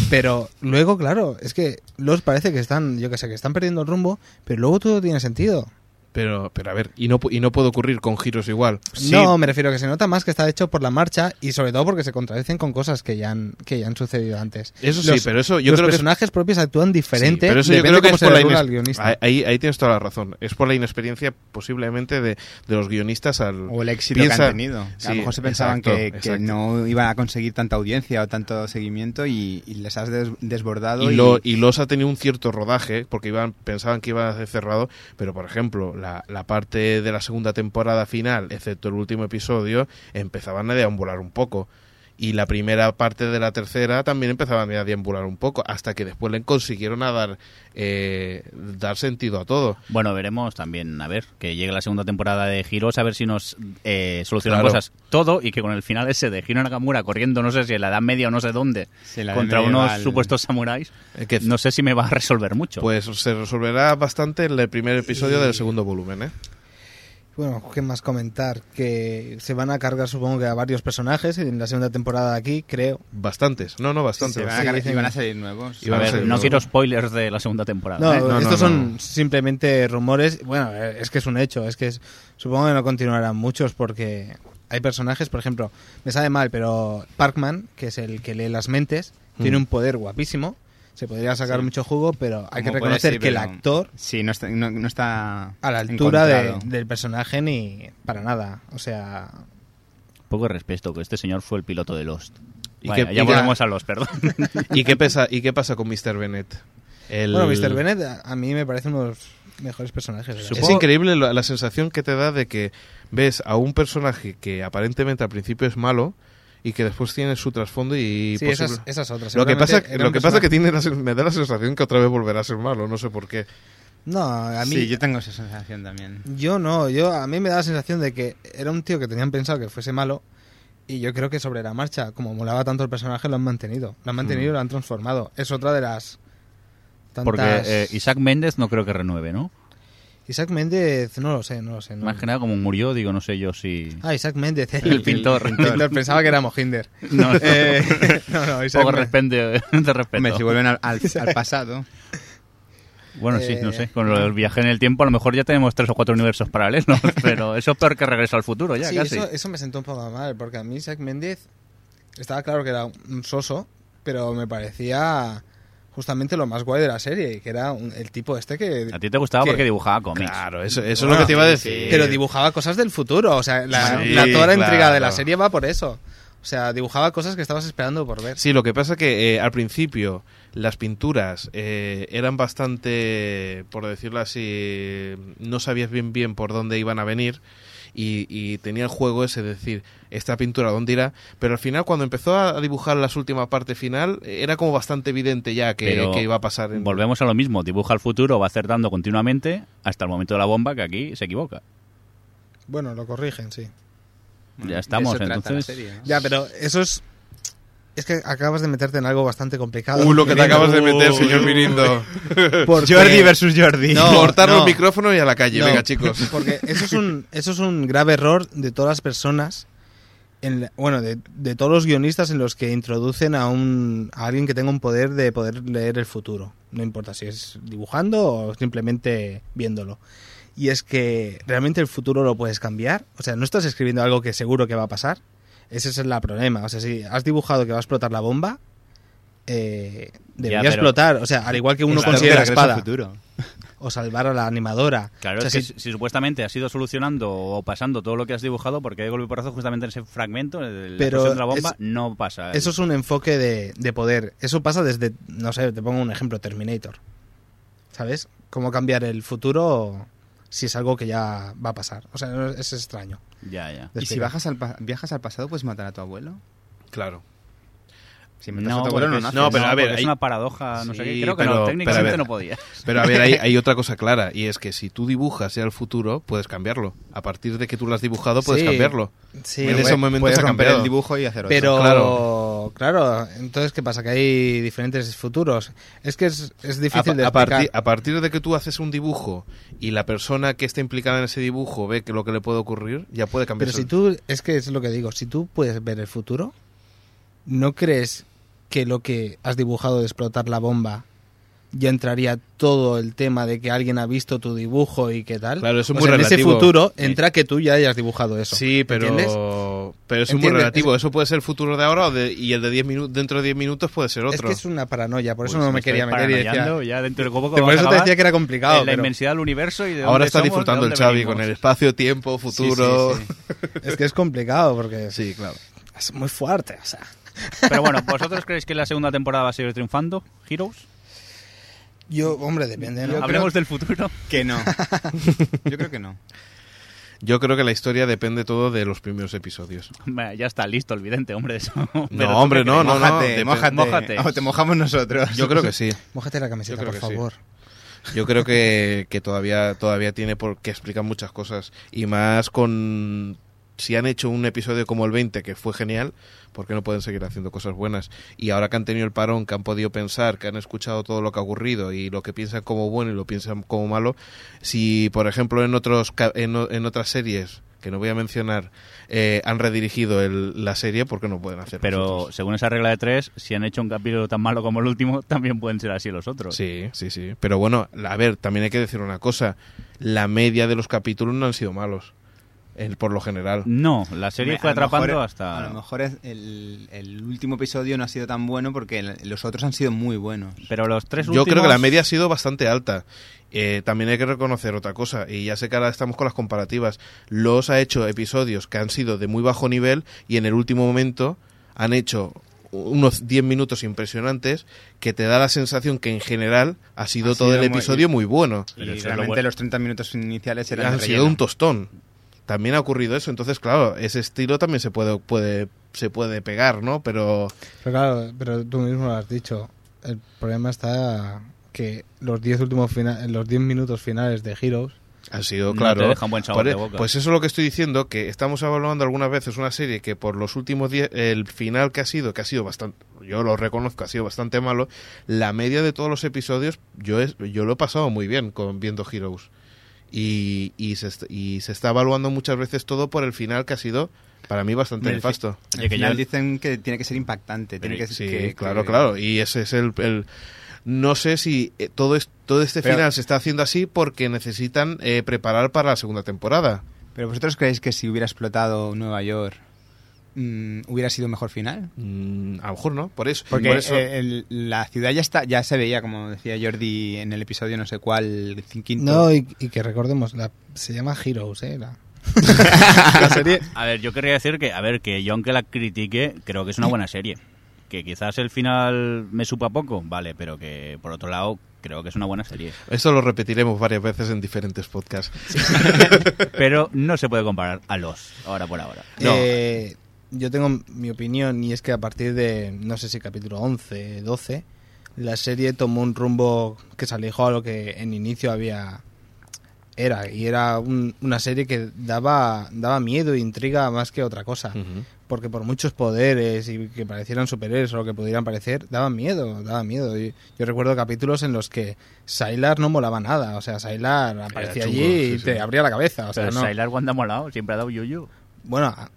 Speaker 3: Pero luego, claro, es que los parece que están, yo que sé, que están perdiendo el rumbo, pero luego todo tiene sentido.
Speaker 1: Pero, pero a ver, y no, pu- y no puede ocurrir con giros igual.
Speaker 3: No, me refiero a que se nota más que está hecho por la marcha y sobre todo porque se contradicen con cosas que ya han, que ya han sucedido antes.
Speaker 1: Eso sí,
Speaker 3: Los-
Speaker 1: pero eso yo
Speaker 3: los
Speaker 1: creo que es-
Speaker 3: personajes propios actúan diferente.
Speaker 1: Sí, pero eso yo
Speaker 3: depende
Speaker 1: creo que
Speaker 3: cómo
Speaker 1: es
Speaker 3: se
Speaker 1: por la
Speaker 3: le rula
Speaker 1: ines-
Speaker 3: al guionista.
Speaker 1: Ahí, ahí tienes toda la razón. Es por la inexperiencia posiblemente de, de los guionistas al...
Speaker 4: O el éxito que
Speaker 1: Piensa-
Speaker 4: han tenido.
Speaker 1: Sí,
Speaker 4: a lo mejor se pensaban
Speaker 1: exacto,
Speaker 4: que, que
Speaker 1: exacto.
Speaker 4: no iban a conseguir tanta audiencia o tanto seguimiento y, y les has des- desbordado.
Speaker 1: Y, lo, y los ha tenido un cierto rodaje, porque iban, pensaban que iba a ser cerrado, pero por ejemplo, la, la parte de la segunda temporada final, excepto el último episodio, empezaban a deambular un poco. Y la primera parte de la tercera también empezaban a deambular un poco, hasta que después le consiguieron a dar, eh, dar sentido a todo.
Speaker 5: Bueno, veremos también, a ver, que llegue la segunda temporada de Giros, a ver si nos eh, solucionan
Speaker 1: Claro.
Speaker 5: cosas todo y que con el final ese de Hiro Nakamura corriendo, no sé si en la Edad Media o no sé dónde,
Speaker 4: Sí, la Edad
Speaker 5: contra unos
Speaker 4: Medieval.
Speaker 5: supuestos samuráis,
Speaker 1: Eh, que-
Speaker 5: no sé si me va a resolver mucho.
Speaker 1: Pues se resolverá bastante en el primer episodio del segundo volumen, ¿eh?
Speaker 3: Bueno, ¿qué más comentar? Que se van a cargar, supongo que a varios personajes en la segunda temporada de aquí, creo.
Speaker 1: Bastantes, no, no,
Speaker 4: Se
Speaker 1: bastantes.
Speaker 4: van a
Speaker 3: Sí,
Speaker 4: cargar-
Speaker 3: dicen-
Speaker 4: y van a salir nuevos.
Speaker 1: Y
Speaker 5: a
Speaker 1: van
Speaker 5: ver,
Speaker 1: ser
Speaker 5: no
Speaker 1: nuevos.
Speaker 5: quiero spoilers de la segunda temporada.
Speaker 3: No,
Speaker 5: ¿eh?
Speaker 1: Ah, No, no,
Speaker 3: estos
Speaker 1: no,
Speaker 3: son
Speaker 1: no.
Speaker 3: simplemente rumores. Bueno, eh, es que es un hecho. Es que es- supongo que no continuarán muchos porque hay personajes, por ejemplo, me sabe mal, pero Parkman, que es el que lee las mentes,
Speaker 1: Mm.
Speaker 3: tiene un poder guapísimo. Se podría sacar
Speaker 4: Sí.
Speaker 3: mucho jugo, pero hay que
Speaker 4: Como puede
Speaker 3: reconocer
Speaker 4: ser,
Speaker 3: que el
Speaker 4: pero-
Speaker 3: actor
Speaker 4: Sí, no está, no, no está
Speaker 3: a la altura de-
Speaker 4: encontrado.
Speaker 3: del personaje ni para nada. O sea,
Speaker 5: Poco respeto, que este señor fue el piloto de Lost.
Speaker 1: Y
Speaker 5: Vaya,
Speaker 1: que-
Speaker 5: ya
Speaker 1: y que-
Speaker 5: volvemos a Lost, perdón.
Speaker 1: ¿Y qué, pesa, ¿Y qué pasa con Mr. Bennett? El-
Speaker 3: bueno, Mr. Bennett a- a mí me parece uno de los mejores personajes. de la
Speaker 5: Supongo-
Speaker 1: Es increíble lo- la sensación que te da de que ves a un personaje que aparentemente al principio es malo y que después tiene su trasfondo y...
Speaker 3: serie. sí,
Speaker 1: posible-
Speaker 3: esas, esas otras.
Speaker 1: Lo que pasa,
Speaker 3: Seguramente era
Speaker 1: lo
Speaker 3: un
Speaker 1: que pasa que
Speaker 3: personaje-
Speaker 1: tiene la sen- me da la sensación que otra vez volverá a ser malo, no sé por qué.
Speaker 3: No, a mí...
Speaker 4: Sí, yo tengo esa sensación también.
Speaker 3: Yo no, yo a mí me da la sensación de que era un tío que tenían pensado que fuese malo y yo creo que sobre la marcha, como molaba tanto el personaje, lo han mantenido. Lo han mantenido y
Speaker 1: Mm.
Speaker 3: lo han transformado. Es otra de las tantas...
Speaker 5: Porque eh, Isaac Méndez no creo que renueve, ¿no?
Speaker 3: Isaac Méndez, no lo sé, no lo sé. no.
Speaker 5: Más que nada, como murió, digo, no sé yo si...
Speaker 3: Ah, Isaac Méndez, el,
Speaker 5: El pintor.
Speaker 3: el pintor. Pensaba que era Mohinder.
Speaker 5: No, no.
Speaker 3: Eh, no, no, Isaac
Speaker 5: Poco
Speaker 3: Méndez.
Speaker 5: respeto, de respeto.
Speaker 4: Hombre, si vuelven al, al- al pasado,
Speaker 5: Bueno, sí, no
Speaker 3: Eh,
Speaker 5: sé. Con lo del viaje en el tiempo, a lo mejor ya tenemos tres o cuatro universos paralelos, pero eso es peor que regreso al futuro, ya
Speaker 3: Pues Sí,
Speaker 5: casi.
Speaker 3: Eso, eso me sentó un poco mal, porque a mí Isaac Méndez estaba claro que era un soso, pero me parecía justamente lo más guay de la serie, que era un- el tipo este que...
Speaker 5: A ti te gustaba
Speaker 3: ¿Qué?
Speaker 5: porque dibujaba cómics.
Speaker 1: Claro, eso, eso es
Speaker 3: Bueno,
Speaker 1: lo que te iba a
Speaker 4: sí,
Speaker 1: decir.
Speaker 3: Ah, Pero dibujaba cosas del futuro, o sea, la,
Speaker 1: Sí,
Speaker 3: la- toda la
Speaker 1: claro.
Speaker 3: intriga de la serie va por eso. O sea, dibujaba cosas que estabas esperando por ver.
Speaker 1: Sí, lo que pasa que eh, al principio las pinturas eh, eran bastante, por decirlo así, no sabías bien bien por dónde iban a venir y, y tenía el juego ese de decir, esta pintura dónde irá, pero al final cuando empezó a dibujar las últimas parte final eh, era como bastante evidente ya que,
Speaker 5: Pero
Speaker 1: que iba a pasar. en-
Speaker 5: Volvemos a lo mismo. Dibuja el futuro, va acertando continuamente hasta el momento de la bomba, que aquí se equivoca.
Speaker 3: Bueno, lo corrigen, sí.
Speaker 4: bueno,
Speaker 5: ya
Speaker 4: de
Speaker 5: estamos,
Speaker 4: eso trata la
Speaker 5: entonces.
Speaker 4: serie, ¿no?
Speaker 3: Ya, pero eso es... Es que acabas de meterte en algo bastante complicado.
Speaker 1: Uh, lo que te acabas de meter,
Speaker 5: Uy.
Speaker 1: señor Mirindo.
Speaker 3: Porque-
Speaker 4: Jordi versus Jordi.
Speaker 3: No,
Speaker 1: Cortar
Speaker 3: no.
Speaker 1: los micrófonos y a la calle,
Speaker 3: No,
Speaker 1: venga chicos.
Speaker 3: Porque eso es un, eso es un grave error de todas las personas, en la- bueno, de, de todos los guionistas en los que introducen a, un, a alguien que tenga un poder de poder leer el futuro. No importa si es dibujando o simplemente viéndolo. Y es que realmente el futuro lo puedes cambiar. O sea, no estás escribiendo algo que seguro que va a pasar. Ese es el la problema. O sea, si has dibujado que va a explotar la bomba, eh, debería
Speaker 5: pero-
Speaker 3: explotar. O sea, al igual que uno
Speaker 4: Claro,
Speaker 3: consigue la
Speaker 4: de regreso al
Speaker 3: espada
Speaker 4: futuro.
Speaker 3: o salvar a la animadora.
Speaker 5: Claro,
Speaker 3: O sea,
Speaker 5: es que
Speaker 3: si-
Speaker 5: si, si supuestamente has ido solucionando o pasando todo lo que has dibujado, porque hay golpe y porrazo justamente en ese fragmento, el- la
Speaker 3: Pero
Speaker 5: explosión de la bomba,
Speaker 3: es-
Speaker 5: no pasa.
Speaker 3: Eso es un enfoque de, de poder. Eso pasa desde, no sé, te pongo un ejemplo, Terminator. ¿Sabes? Cómo cambiar el futuro si es algo que ya va a pasar. O sea, no- es extraño.
Speaker 5: Ya, ya.
Speaker 3: de
Speaker 4: Y si
Speaker 3: explicar.
Speaker 4: bajas al pa- viajas al pasado, puedes matar a tu abuelo.
Speaker 1: Claro.
Speaker 4: Si matas a tu
Speaker 5: porque
Speaker 4: abuelo, no
Speaker 5: es-
Speaker 4: naces.
Speaker 1: no, pero a ver,
Speaker 5: porque es
Speaker 1: hay-
Speaker 5: una paradoja, no sé
Speaker 1: Sí,
Speaker 5: qué. Creo que
Speaker 1: pero-
Speaker 5: no,
Speaker 1: pero a
Speaker 5: técnicamente
Speaker 1: ver.
Speaker 5: no podía.
Speaker 1: Pero a ver, hay, hay otra cosa clara, y es que si tú dibujas ya el futuro, puedes cambiarlo. A partir de que tú lo has dibujado, puedes
Speaker 3: Sí.
Speaker 1: cambiarlo.
Speaker 3: Sí,
Speaker 1: en
Speaker 4: Puedes-
Speaker 1: ese momento
Speaker 4: puedes
Speaker 1: se ha
Speaker 4: romper
Speaker 1: cambiado.
Speaker 4: el dibujo y hacer otro.
Speaker 3: pero
Speaker 1: claro.
Speaker 3: claro. entonces ¿qué pasa? Que hay diferentes futuros. Es que es, es
Speaker 1: A,
Speaker 3: difícil de
Speaker 1: a parti-
Speaker 3: explicar.
Speaker 1: a partir de que tú haces un dibujo y la persona que está implicada en ese dibujo ve que lo que le puede ocurrir, ya puede cambiar.
Speaker 3: Pero si
Speaker 1: su-
Speaker 3: tú, es que es lo que digo, si tú puedes ver el futuro, ¿no crees que lo que has dibujado de explotar la bomba ya entraría todo el tema de que alguien ha visto tu dibujo y qué tal.
Speaker 1: Claro, eso es
Speaker 3: O
Speaker 1: muy
Speaker 3: sea, en ese
Speaker 1: relativo.
Speaker 3: futuro entra que tú ya hayas dibujado eso.
Speaker 1: Sí,
Speaker 3: ¿Entiendes?
Speaker 1: pero, pero es muy
Speaker 3: ¿Entiendes?
Speaker 1: relativo. Eso puede ser el futuro de ahora o de- y el de 10 minutos dentro de 10 minutos puede ser
Speaker 3: Es
Speaker 1: otro.
Speaker 3: que es una paranoia, por eso
Speaker 5: Pues
Speaker 3: no me
Speaker 5: estoy
Speaker 3: quería meter y decía...
Speaker 5: paranoiando, ya dentro de poco
Speaker 3: Por
Speaker 5: vamos a
Speaker 3: eso te
Speaker 5: acabar
Speaker 3: decía que era complicado.
Speaker 5: en la
Speaker 3: pero
Speaker 5: inmensidad del universo y de
Speaker 1: ahora
Speaker 5: dónde
Speaker 1: está
Speaker 5: somos, de
Speaker 1: disfrutando el
Speaker 5: dónde
Speaker 1: Xavi
Speaker 5: venimos.
Speaker 1: con el espacio-tiempo,
Speaker 5: Sí, sí,
Speaker 1: futuro.
Speaker 5: sí.
Speaker 3: Es que es complicado porque
Speaker 1: Sí, claro.
Speaker 3: es muy fuerte, o sea...
Speaker 5: Pero bueno, ¿vosotros creéis que la segunda temporada va a seguir triunfando, Heroes?
Speaker 3: Yo, hombre, depende, ¿no?
Speaker 5: Hablemos del futuro.
Speaker 4: Que no. Yo creo que no.
Speaker 1: Yo creo que la historia depende todo de los primeros episodios.
Speaker 5: Hombre, Ya está listo el vidente, hombre, de eso. Pero
Speaker 1: No, hombre, no,
Speaker 5: ¿tú qué crees?
Speaker 1: no, Oh, no.
Speaker 4: mójate,
Speaker 1: Dep-
Speaker 4: mójate.
Speaker 5: mójate.
Speaker 4: O te mojamos nosotros.
Speaker 1: Yo creo que sí.
Speaker 3: Mójate la camiseta,
Speaker 1: Yo creo
Speaker 3: por
Speaker 1: que sí.
Speaker 3: favor.
Speaker 1: Yo creo que, que todavía, todavía tiene por qué explicar muchas cosas. Y más con. Si han hecho un episodio como el 20, que fue genial, ¿por qué no pueden seguir haciendo cosas buenas? Y ahora que han tenido el parón, que han podido pensar, que han escuchado todo lo que ha ocurrido y lo que piensan como bueno y lo piensan como malo, si, por ejemplo, en, otros, ca- en, o- en otras series que no voy a mencionar, eh, han redirigido el- la serie, ¿por qué no pueden hacer
Speaker 5: Pero
Speaker 1: nosotros?
Speaker 5: según esa regla de tres, si han hecho un capítulo tan malo como el último, también pueden ser así los otros.
Speaker 1: Sí, sí, sí. Pero bueno, a ver, también hay que decir una cosa. La media de los capítulos no han sido malos. el- por lo general.
Speaker 5: No, la serie
Speaker 4: Hombre,
Speaker 5: fue
Speaker 4: a lo mejor-
Speaker 5: atrapando hasta...
Speaker 4: A lo mejor es el, el último episodio no ha sido tan bueno porque el- los otros han sido muy buenos.
Speaker 5: Pero los tres
Speaker 1: Yo
Speaker 5: últimos...
Speaker 1: creo que la media ha sido bastante alta. Eh, también hay que reconocer otra cosa, y ya sé que ahora estamos con las comparativas. Los ha hecho episodios que han sido de muy bajo nivel y en el último momento han hecho unos 10 minutos impresionantes que te da la sensación que en general ha sido
Speaker 4: Ha
Speaker 1: todo
Speaker 4: sido
Speaker 1: el
Speaker 4: muy-
Speaker 1: episodio muy bueno.
Speaker 5: Pero
Speaker 4: Y
Speaker 5: eso es lo
Speaker 4: realmente
Speaker 5: bueno.
Speaker 4: los 30 minutos iniciales eran
Speaker 1: han
Speaker 4: de
Speaker 1: sido un
Speaker 4: relleno.
Speaker 1: tostón. También ha ocurrido eso, entonces claro, ese estilo también se puede puede se puede pegar, ¿no? Pero
Speaker 3: Pero claro, pero tú mismo lo has dicho. El problema está que los 10 últimos fina- los 10 minutos finales de Heroes
Speaker 1: han sido
Speaker 5: No
Speaker 1: claro.
Speaker 5: te dejan buen sabor
Speaker 1: Por-
Speaker 5: de boca.
Speaker 1: Pues eso es lo que estoy diciendo, que estamos evaluando algunas veces una serie que por los últimos días el final que ha sido, que ha sido bastante, yo lo reconozco, ha sido bastante malo. La media de todos los episodios, yo es, yo lo he pasado muy bien con viendo Heroes. Y, y, se, est- y se está evaluando muchas veces todo por el final que ha sido para mí bastante
Speaker 4: Hombre, el fi-
Speaker 1: nefasto.
Speaker 4: Al
Speaker 5: Oye, que
Speaker 4: final
Speaker 5: ya-
Speaker 4: dicen que tiene que ser impactante. Tiene que,
Speaker 1: Sí,
Speaker 4: que-
Speaker 1: claro,
Speaker 4: que-
Speaker 1: claro. Y ese es el. el- no sé si eh, todo, es, todo este
Speaker 4: Pero-
Speaker 1: final se está haciendo así porque necesitan eh, preparar para la segunda temporada.
Speaker 4: Pero vosotros creéis que si hubiera explotado Nueva York mm, hubiera sido mejor final?
Speaker 1: Mm, a lo mejor no, por eso.
Speaker 4: Porque
Speaker 1: por eso
Speaker 4: eh, el- la ciudad ya está, ya se veía, como decía Jordi en el episodio no sé cuál, cin- quinto.
Speaker 3: No, y, y que recordemos, la, se llama Heroes, ¿eh? La,
Speaker 5: A ver, yo quería decir que, a ver, que yo aunque la critique, creo que es una buena serie. Que quizás el final me supa poco, vale, pero que por otro lado creo que es una buena serie.
Speaker 1: Esto lo repetiremos varias veces en diferentes podcasts.
Speaker 5: Pero no se puede comparar a los, ahora por ahora.
Speaker 1: No.
Speaker 3: Eh, yo tengo mi opinión y es que a partir de, no sé si capítulo 11, 12, la serie tomó un rumbo que se alejó a lo que en inicio había... Era, y era un- una serie que daba, daba miedo e intriga más que otra cosa.
Speaker 1: Mm.
Speaker 3: porque por muchos poderes y que parecieran superhéroes o lo que pudieran parecer, daban miedo, daban miedo. Y- Yo, recuerdo capítulos en los que Sylar no molaba nada, o sea, Sylar aparecía
Speaker 1: chungo,
Speaker 3: allí
Speaker 1: sí,
Speaker 3: y
Speaker 1: sí.
Speaker 3: te abría la cabeza, o sea,
Speaker 5: pero
Speaker 3: no.
Speaker 5: Sailor Wanda ha molado, siempre ha dado yuyu.
Speaker 3: Bueno, ha,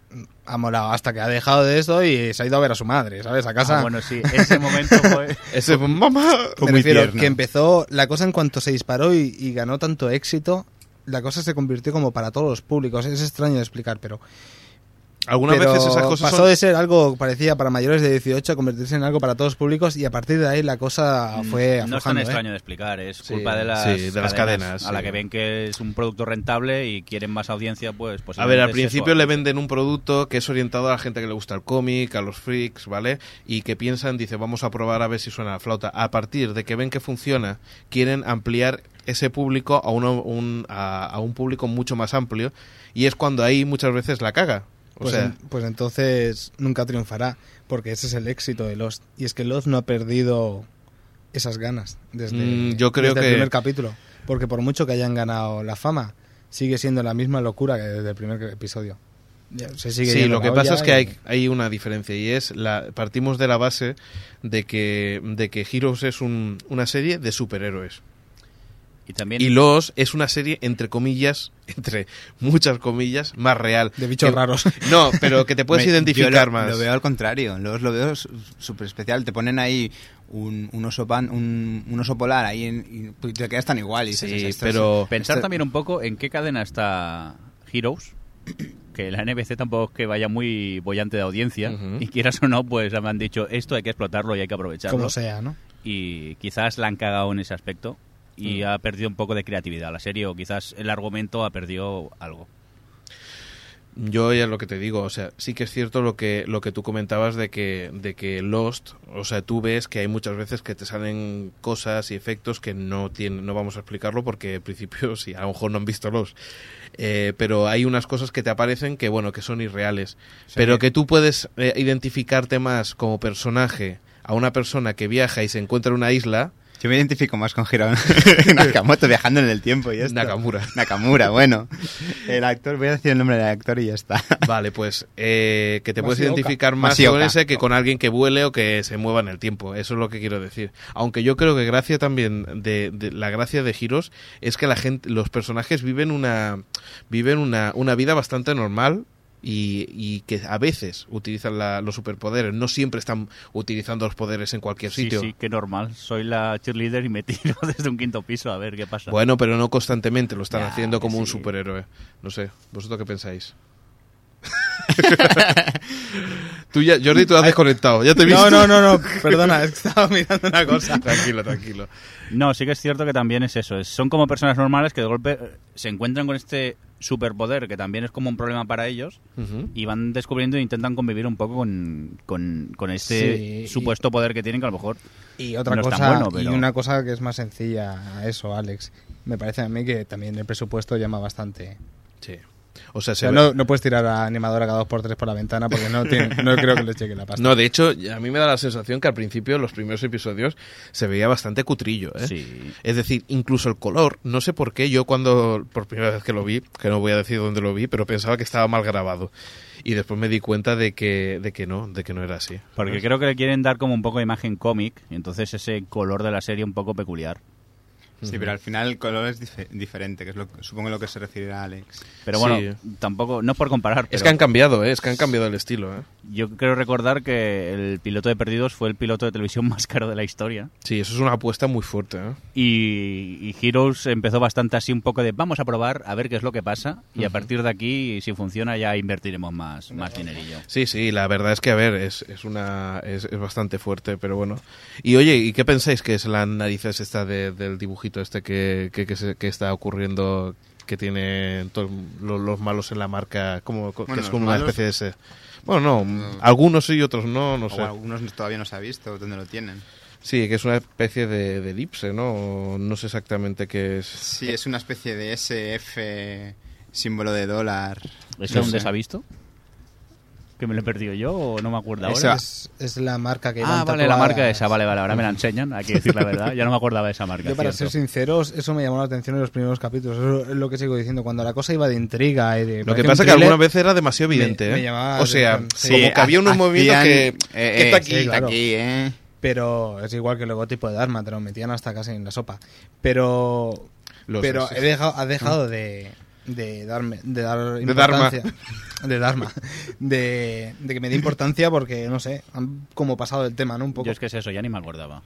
Speaker 3: ha molado hasta que ha dejado de esto y se ha ido a ver a su madre, ¿sabes? A casa.
Speaker 5: Ah, bueno, sí, ese momento fue...
Speaker 1: Ese mamá.
Speaker 3: Me refiero que empezó la cosa en cuanto se disparó y, y ganó tanto éxito, la cosa se convirtió como para todos los públicos. Es extraño de explicar, pero
Speaker 1: Algunas
Speaker 3: Pero
Speaker 1: veces esas cosas
Speaker 3: pasó
Speaker 1: son-
Speaker 3: de ser algo que parecía para mayores de 18 a convertirse en algo para todos los públicos y a partir de ahí la cosa fue
Speaker 5: Mm, no es tan
Speaker 3: aflojando. ¿eh?
Speaker 5: extraño de explicar, es
Speaker 1: Sí,
Speaker 5: culpa de las,
Speaker 1: sí, de las cadenas,
Speaker 5: A la
Speaker 1: sí.
Speaker 5: que ven que es un producto rentable y quieren más audiencia, pues... pues
Speaker 1: A ver, al principio le venden un producto que es orientado a la gente que le gusta el cómic, a los freaks, ¿vale? Y que piensan, dice, vamos a probar a ver si suena la flauta. A partir de que ven que funciona, quieren ampliar ese público a, uno- un, a, a un público mucho más amplio y es cuando ahí muchas veces la caga. O
Speaker 3: Pues,
Speaker 1: sea,
Speaker 3: en- pues entonces nunca triunfará, porque ese es el éxito de Lost. Y es que Lost no ha perdido esas ganas desde,
Speaker 1: Mm, yo creo
Speaker 3: desde
Speaker 1: que-
Speaker 3: el primer capítulo. Porque por mucho que hayan ganado la fama, sigue siendo la misma locura que desde el primer episodio. Ya, se sigue
Speaker 1: sí,
Speaker 3: yendo
Speaker 1: lo que
Speaker 3: la
Speaker 1: pasa es
Speaker 3: olla
Speaker 1: que
Speaker 3: y-
Speaker 1: hay, hay una diferencia y es la partimos de la base de que de que Heroes es un- una serie de superhéroes.
Speaker 5: Y también.
Speaker 1: Y Los es una serie, entre comillas, entre muchas comillas, más real.
Speaker 3: De bichos
Speaker 1: Que-
Speaker 3: raros.
Speaker 1: No, pero que te puedes
Speaker 4: Me- yo
Speaker 1: identificar
Speaker 4: lo,
Speaker 1: más.
Speaker 4: Lo veo al contrario, los lo veo su- súper especial. Te ponen ahí un, un oso pan, un, un oso polar ahí en- y pues, te quedas tan igual. Y dices,
Speaker 1: Sí,
Speaker 4: "Esto Este-
Speaker 1: pero-
Speaker 4: es-
Speaker 5: Pensar
Speaker 4: esto-
Speaker 5: también un poco en qué cadena está Heroes. Que la NBC tampoco es que vaya muy bollante de audiencia.
Speaker 1: Ujú.
Speaker 5: Y quieras o no, pues me han dicho esto hay que explotarlo y hay que aprovecharlo.
Speaker 3: Como sea, ¿no?
Speaker 5: y quizás la han cagado en ese aspecto y ha perdido un poco de creatividad la serie o quizás el argumento ha perdido algo.
Speaker 1: Yo ya es lo que te digo, o sea, sí que es cierto lo que, lo que tú comentabas de que, de que Lost, o sea, tú ves que hay muchas veces que te salen cosas y efectos que no tienen, no vamos a explicarlo porque al principio sí, a lo mejor no han visto Lost, Eh, pero hay unas cosas que te aparecen que bueno, que son irreales, pero que tú puedes eh, identificarte más como personaje a una persona que viaja y se encuentra en una isla,
Speaker 4: Yo me identifico más con Hiro Nakamoto viajando en el tiempo y esto.
Speaker 1: Nakamura.
Speaker 4: Nakamura, bueno. El actor, voy a decir el nombre del actor y ya está.
Speaker 1: Vale, pues eh, que te puedes
Speaker 3: Masioka.
Speaker 1: identificar más
Speaker 4: Masioka.
Speaker 1: con ese que con alguien que vuele o que se mueva en el tiempo. Eso es lo que quiero decir. Aunque yo creo que gracia también de, de- la gracia de Giros es que la gente, los personajes viven una viven una, una vida bastante normal. Y, y que a veces utilizan la- los superpoderes, no siempre están utilizando los poderes en cualquier
Speaker 5: Sí,
Speaker 1: sitio.
Speaker 5: sí, qué normal. Soy la cheerleader y me tiro desde un quinto piso a ver qué pasa.
Speaker 1: Bueno, pero no constantemente lo están
Speaker 5: Ya,
Speaker 1: haciendo como
Speaker 5: que
Speaker 1: un
Speaker 5: sí.
Speaker 1: superhéroe. No sé, ¿vosotros qué pensáis? tú ya, Jordi, tú has desconectado, ya te he visto.
Speaker 3: No, no, no, no, perdona, es que estaba mirando una cosa.
Speaker 1: Tranquilo, tranquilo.
Speaker 5: No, sí que es cierto que también es eso. es- Son como personas normales que de golpe eh, se encuentran con este superpoder que también es como un problema para ellos
Speaker 1: Ujú.
Speaker 5: y van descubriendo e intentan convivir un poco con, con, con este
Speaker 3: Sí,
Speaker 5: supuesto poder que tienen que a lo mejor...
Speaker 3: Y otra
Speaker 5: No es tan
Speaker 3: cosa,
Speaker 5: bueno, pero-
Speaker 3: y una cosa que es más sencilla a eso, Alex. Me parece a mí que también el presupuesto llama bastante.
Speaker 1: Sí. O sea, se
Speaker 3: O sea,
Speaker 1: ve-
Speaker 3: no, no puedes tirar a animadora cada dos por tres por la ventana porque no, tiene- no creo que les llegue la pasta.
Speaker 1: No, de hecho, a mí me da la sensación que al principio, los primeros episodios, se veía bastante cutrillo, ¿eh?
Speaker 5: Sí.
Speaker 1: Es decir, incluso el color, no sé por qué, yo cuando, por primera vez que lo vi, que no voy a decir dónde lo vi, pero pensaba que estaba mal grabado. Y después me di cuenta de que, de que no, de que no era así.
Speaker 5: Porque
Speaker 1: ¿Sabes?
Speaker 5: creo que le quieren dar como un poco de imagen cómic, y entonces ese color de la serie un poco peculiar.
Speaker 4: Sí, pero al final el color es dife- diferente, que es lo, supongo lo que se referirá Alex.
Speaker 5: Pero bueno,
Speaker 1: Sí.
Speaker 5: tampoco, no es por comparar,
Speaker 1: Es
Speaker 5: pero
Speaker 1: que han cambiado, ¿eh? es que han cambiado el estilo. ¿eh?
Speaker 5: yo creo recordar que el piloto de Perdidos fue el piloto de televisión más caro de la historia.
Speaker 1: Sí, eso es una apuesta muy fuerte. ¿eh?
Speaker 5: Y, y Heroes empezó bastante así un poco de vamos a probar, a ver qué es lo que pasa, y a partir de aquí, si funciona, ya invertiremos más, más dinerillo.
Speaker 1: Sí, sí, la verdad es que, a ver, es, es una es, es bastante fuerte, pero bueno. Y oye, ¿y qué pensáis que es la narices esta de- del dibujito este que, que, que se- que está ocurriendo, que tiene todos lo- los, malos en la marca, como, co- que
Speaker 4: Bueno,
Speaker 1: es como
Speaker 4: los
Speaker 1: una
Speaker 4: malos-
Speaker 1: especie de ese? Bueno, no, algunos sí, otros no, no
Speaker 4: o
Speaker 1: sé.
Speaker 4: algunos todavía no se ha visto dónde lo tienen.
Speaker 1: Sí, que es una especie de, de elipse, ¿no? O No sé exactamente qué es.
Speaker 4: Sí, es una especie de SF símbolo de dólar.
Speaker 5: ¿Eso
Speaker 4: No
Speaker 5: aún
Speaker 4: sé.
Speaker 5: deshabisto? ¿Que me lo he perdido yo o no me acuerdo
Speaker 4: Eso-
Speaker 5: ahora?
Speaker 3: Es, es la marca que
Speaker 5: Ah,
Speaker 3: van
Speaker 5: vale, la marca
Speaker 3: tatuadas.
Speaker 5: esa, vale, vale, ahora me la enseñan, hay que decir la verdad, ya no me acordaba de esa marca.
Speaker 3: Yo, para ser
Speaker 5: cierto.
Speaker 3: sinceros, eso me llamó la atención en los primeros capítulos. Eso es lo que sigo diciendo. Cuando la cosa iba de intriga y de.
Speaker 1: Lo que
Speaker 3: parecía un
Speaker 1: pasa es que
Speaker 3: thriller,
Speaker 1: alguna vez era demasiado evidente,
Speaker 3: me
Speaker 1: ¿eh?
Speaker 3: llamaba
Speaker 1: o sea,
Speaker 3: atención. Sí,
Speaker 1: como que había
Speaker 4: ha-
Speaker 1: unos movimientos que,
Speaker 4: hacían, eh,
Speaker 1: que
Speaker 4: eh,
Speaker 1: está aquí.
Speaker 4: sí, está
Speaker 3: claro.
Speaker 4: aquí, eh.
Speaker 3: Pero es igual que luego tipo de arma, te lo metían hasta casi en la sopa. Pero.
Speaker 1: Lo sé,
Speaker 3: pero
Speaker 1: sí,
Speaker 3: he
Speaker 1: sí.
Speaker 3: dejado, has dejado
Speaker 5: Mm.
Speaker 3: de. De darme. De dar
Speaker 1: De Dharma.
Speaker 3: importancia. De Dharma. De, de que me dé importancia porque, no sé, han como pasado del tema, ¿no? Un poco.
Speaker 5: Yo es que es eso, ya ni me acordaba.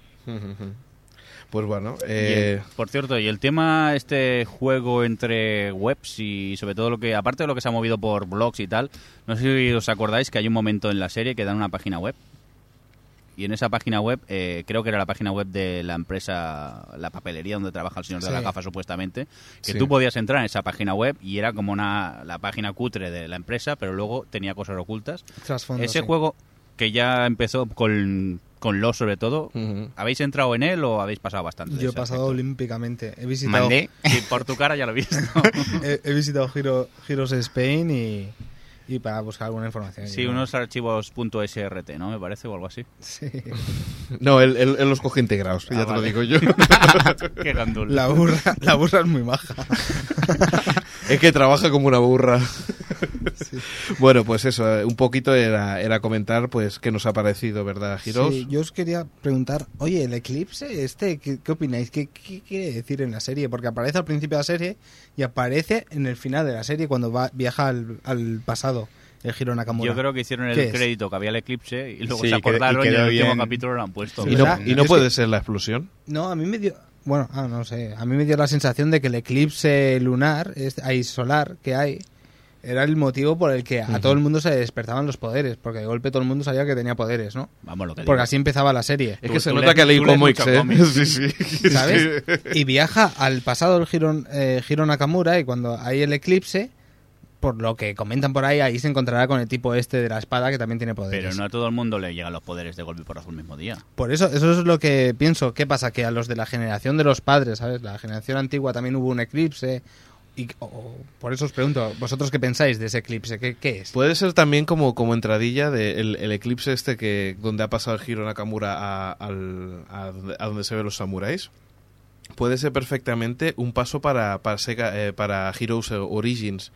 Speaker 1: Pues bueno,
Speaker 5: Y
Speaker 1: eh,
Speaker 5: el- por cierto, y el tema, este juego entre webs y sobre todo lo que, aparte de lo que se ha movido por blogs y tal, no sé si os acordáis que hay un momento en la serie que dan una página web. Y en esa página web, eh, creo que era la página web de la empresa, la papelería donde trabaja el señor de
Speaker 3: Sí.
Speaker 5: la gafa supuestamente, que
Speaker 1: Sí.
Speaker 5: tú podías entrar en esa página web y era como una, la página cutre de la empresa, pero luego tenía cosas ocultas.
Speaker 3: Trasfondo,
Speaker 5: Ese
Speaker 3: sí.
Speaker 5: juego que ya empezó con, con los sobre todo,
Speaker 1: ujú.
Speaker 5: ¿Habéis entrado en él o habéis pasado bastante? de
Speaker 3: Mm. Yo he
Speaker 5: ese
Speaker 3: pasado
Speaker 5: aspecto?
Speaker 3: olímpicamente. He visitado.
Speaker 4: Mandé.
Speaker 5: Sí, por tu cara ya lo he visto.
Speaker 3: He, he visitado Giro, Giros Spain y. Y para buscar alguna información.
Speaker 5: sí,
Speaker 3: Yo-
Speaker 5: unos archivos .srt, ¿no? Me parece o algo así.
Speaker 3: Sí.
Speaker 1: No, él, él- él los coge integrados,
Speaker 5: Ah,
Speaker 1: ya te
Speaker 5: vale.
Speaker 1: lo digo yo.
Speaker 5: Qué gandul.
Speaker 3: La burra, la burra es muy maja.
Speaker 1: es que trabaja como una burra. Bueno, pues eso, eh, un poquito era, era comentar pues qué nos ha parecido, ¿verdad, Heroes?
Speaker 3: Sí, yo os quería preguntar, oye, el eclipse este, ¿qué, qué opináis? ¿Qué, qué quiere decir en la serie? Porque aparece al principio de la serie y aparece en el final de la serie cuando va, viaja al, al pasado el Hiro Nakamura.
Speaker 5: Yo creo que hicieron
Speaker 3: ¿Qué
Speaker 5: el
Speaker 3: es?
Speaker 5: crédito que había el eclipse y luego
Speaker 4: Sí,
Speaker 5: se
Speaker 4: y quedó- y
Speaker 5: acordaron y, en
Speaker 4: quedó
Speaker 5: el
Speaker 4: bien.
Speaker 5: último capítulo lo han puesto.
Speaker 1: y no,
Speaker 3: ¿verdad?
Speaker 1: y no
Speaker 3: Es
Speaker 1: puede
Speaker 3: que-
Speaker 1: ser la explosión.
Speaker 3: No, a mí me dio... Bueno, ah, no sé, a mí me dio la sensación de que el eclipse lunar, este- ahí solar que hay, era el motivo por el que a todo el mundo se despertaban los poderes, porque de golpe todo el mundo sabía que tenía poderes, ¿no?
Speaker 5: Vamos lo que
Speaker 3: Porque
Speaker 5: digo.
Speaker 3: así empezaba la serie.
Speaker 1: Es
Speaker 5: Tú-
Speaker 1: que se
Speaker 5: tú
Speaker 1: nota
Speaker 5: lees-
Speaker 1: que leí
Speaker 5: tú lees
Speaker 1: cómics,
Speaker 5: mucho
Speaker 1: ¿eh?
Speaker 5: cómics.
Speaker 1: Sí, sí.
Speaker 3: ¿sabes? Y viaja al pasado del Hiro, eh, Hiro Nakamura y cuando hay el eclipse, por lo que comentan por ahí, ahí se encontrará con el tipo este de la espada que también tiene poderes.
Speaker 5: Pero no a todo el mundo le llegan los poderes de golpe por azul el mismo día.
Speaker 3: Por eso, eso es lo que pienso. ¿Qué pasa? Que a los de la generación de los padres, ¿sabes? La generación antigua también hubo un eclipse. Y, o- o- por eso os pregunto, ¿vosotros qué pensáis de ese eclipse? ¿Qué, qué
Speaker 5: Pues-
Speaker 3: es?
Speaker 1: Puede ser también como, como entradilla de el, el eclipse este que donde ha pasado el giro Nakamura a, al- a donde- a donde se ven los samuráis. Puede ser perfectamente un paso para, para, Sega- eh, para Heroes Origins,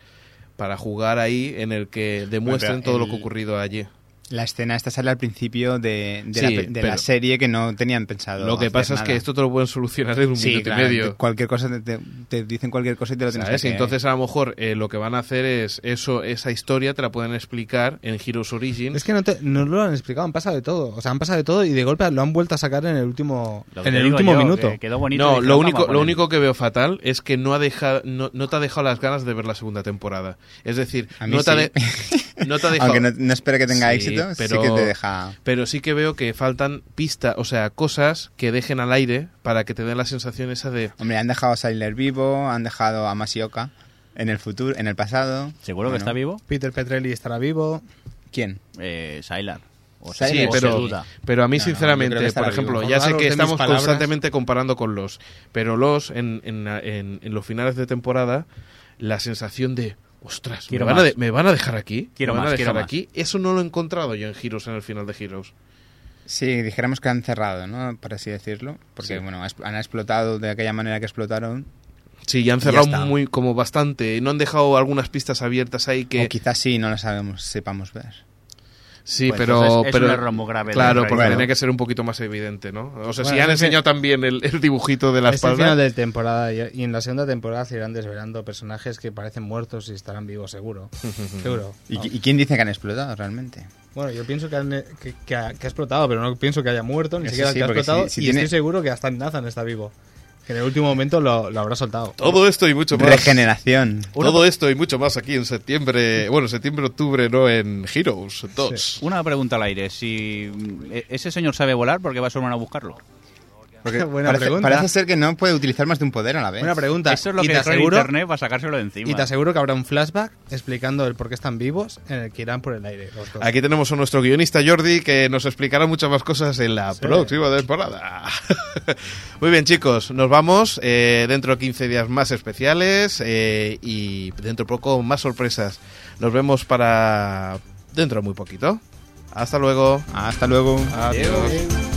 Speaker 1: para jugar ahí en el que demuestren
Speaker 4: pero
Speaker 1: todo lo
Speaker 4: el-
Speaker 1: que ha ocurrido allí.
Speaker 4: La escena esta sale al principio de, de,
Speaker 1: Sí,
Speaker 4: la, pe- de la
Speaker 1: pero-
Speaker 4: serie que no tenían pensado.
Speaker 1: Lo que
Speaker 4: hacer
Speaker 1: pasa es que
Speaker 4: nada.
Speaker 1: esto te lo pueden solucionar en un
Speaker 4: Sí,
Speaker 1: minuto
Speaker 4: claro,
Speaker 1: y medio.
Speaker 4: te- cualquier cosa te, te- te dicen cualquier cosa y te lo tienes
Speaker 1: ¿Sabes?
Speaker 4: que
Speaker 1: Entonces a lo mejor eh, lo que van a hacer es eso, esa historia te la pueden explicar en Heroes Origins.
Speaker 3: Es que no, te- no lo han explicado, han pasado de todo. O sea, han pasado de todo y de golpe lo han vuelto a sacar en el último,
Speaker 5: Lo que
Speaker 3: en
Speaker 5: te
Speaker 3: el
Speaker 5: digo
Speaker 3: último
Speaker 5: yo,
Speaker 3: minuto.
Speaker 5: que quedó bonito.
Speaker 1: No,
Speaker 5: dijeron,
Speaker 1: lo
Speaker 5: "Vamos
Speaker 1: único,
Speaker 5: a
Speaker 1: lo
Speaker 5: poner".
Speaker 1: único que veo fatal es que no ha dejado, no, no te ha dejado las ganas de ver la segunda temporada. Es decir,
Speaker 4: A mí
Speaker 1: no te, ha de- no te ha dejado.
Speaker 4: Aunque no, no espera que tenga
Speaker 1: Sí,
Speaker 4: éxito, sí
Speaker 1: pero-
Speaker 4: que te deja.
Speaker 1: Pero sí que veo que faltan pistas, o sea, cosas que dejen al aire para que te den la sensación esa de.
Speaker 4: Hombre, han dejado a Sailor vivo, han dejado a Masioka en el futuro, en el pasado.
Speaker 5: ¿Seguro que
Speaker 4: Bueno,
Speaker 5: está vivo?
Speaker 3: Peter Petrelli estará vivo.
Speaker 4: ¿Quién?
Speaker 5: Eh, Sylar. O
Speaker 4: Sí,
Speaker 5: se-
Speaker 1: Sí,
Speaker 5: o se
Speaker 1: pero,
Speaker 5: duda.
Speaker 1: pero a mí,
Speaker 4: No, no, yo
Speaker 1: sinceramente,
Speaker 4: creo que estará
Speaker 1: por ejemplo,
Speaker 3: vivo.
Speaker 1: ya sé
Speaker 3: Acordaros
Speaker 1: que
Speaker 3: de mis
Speaker 1: estamos
Speaker 3: palabras.
Speaker 1: constantemente comparando con los, pero los en, en, en- en los finales de temporada, la sensación de. Ostras, ¿me
Speaker 5: Quiero
Speaker 1: van, a
Speaker 5: más.
Speaker 1: de- ¿me van a dejar aquí?
Speaker 5: Quiero
Speaker 1: ¿Me van
Speaker 5: más,
Speaker 1: a
Speaker 5: quiero
Speaker 1: dejar
Speaker 5: más.
Speaker 1: aquí? Eso no lo he encontrado yo en Heroes, en el final de Heroes.
Speaker 4: Sí, dijéramos que han cerrado, ¿no? Por así decirlo. Porque,
Speaker 1: Sí.
Speaker 4: bueno, has- han explotado de aquella manera que explotaron.
Speaker 1: Sí, ya han
Speaker 4: Y ya
Speaker 1: cerrado
Speaker 4: está.
Speaker 1: muy como bastante. No han dejado algunas pistas abiertas ahí que
Speaker 4: O quizás sí, no lo sabemos, sepamos ver.
Speaker 1: sí,
Speaker 5: Pues
Speaker 1: pero
Speaker 5: entonces es
Speaker 1: pero
Speaker 5: un error muy grave de
Speaker 1: claro,
Speaker 5: la
Speaker 1: porque
Speaker 4: Bueno.
Speaker 1: tenía que ser un poquito más evidente, ¿no? O sea, si
Speaker 3: Bueno,
Speaker 1: han
Speaker 3: es que-
Speaker 1: enseñado también el, el dibujito de la
Speaker 3: Es el
Speaker 1: espalda.
Speaker 3: final de temporada y y en la segunda temporada se irán desvelando personajes que parecen muertos y estarán vivos seguro. seguro.
Speaker 4: ¿Y,
Speaker 3: Vamos.
Speaker 4: qui- y quién dice que han explotado realmente?
Speaker 3: Bueno, yo pienso que, han, eh, que, que ha, que ha explotado, pero no pienso que haya muerto, ni
Speaker 4: Eso
Speaker 3: siquiera
Speaker 4: sí,
Speaker 3: que ha
Speaker 4: porque
Speaker 3: explotado.
Speaker 4: si- si
Speaker 3: y
Speaker 4: tiene-
Speaker 3: estoy seguro que hasta Nathan está vivo. Que en el último momento lo, lo habrá soltado.
Speaker 1: Todo esto y mucho más.
Speaker 4: Regeneración.
Speaker 1: Todo esto y mucho más aquí en septiembre, bueno, septiembre, octubre, no en Heroes 2.
Speaker 5: Una pregunta al aire. Si eh, ese señor sabe volar, ¿por qué va Superman a buscarlo?
Speaker 4: Porque
Speaker 3: Buena
Speaker 4: parece,
Speaker 3: pregunta.
Speaker 4: parece ser que no puede utilizar más de un poder a la vez.
Speaker 3: Buena pregunta.
Speaker 5: Eso es lo
Speaker 3: y
Speaker 5: que
Speaker 3: te
Speaker 5: dijo en
Speaker 3: aseguro,
Speaker 5: internet para sacárselo de encima.
Speaker 3: y te aseguro que habrá un flashback explicando el por qué están vivos en el que irán por el aire. los dos.
Speaker 1: Aquí tenemos a nuestro guionista Jordi que nos explicará muchas más cosas en la
Speaker 3: Sí.
Speaker 1: próxima temporada. Muy bien, chicos, nos vamos. eh, dentro de 15 días más especiales eh, y dentro poco más sorpresas. Nos vemos para dentro muy poquito. Hasta luego.
Speaker 4: Hasta luego.
Speaker 1: Adiós.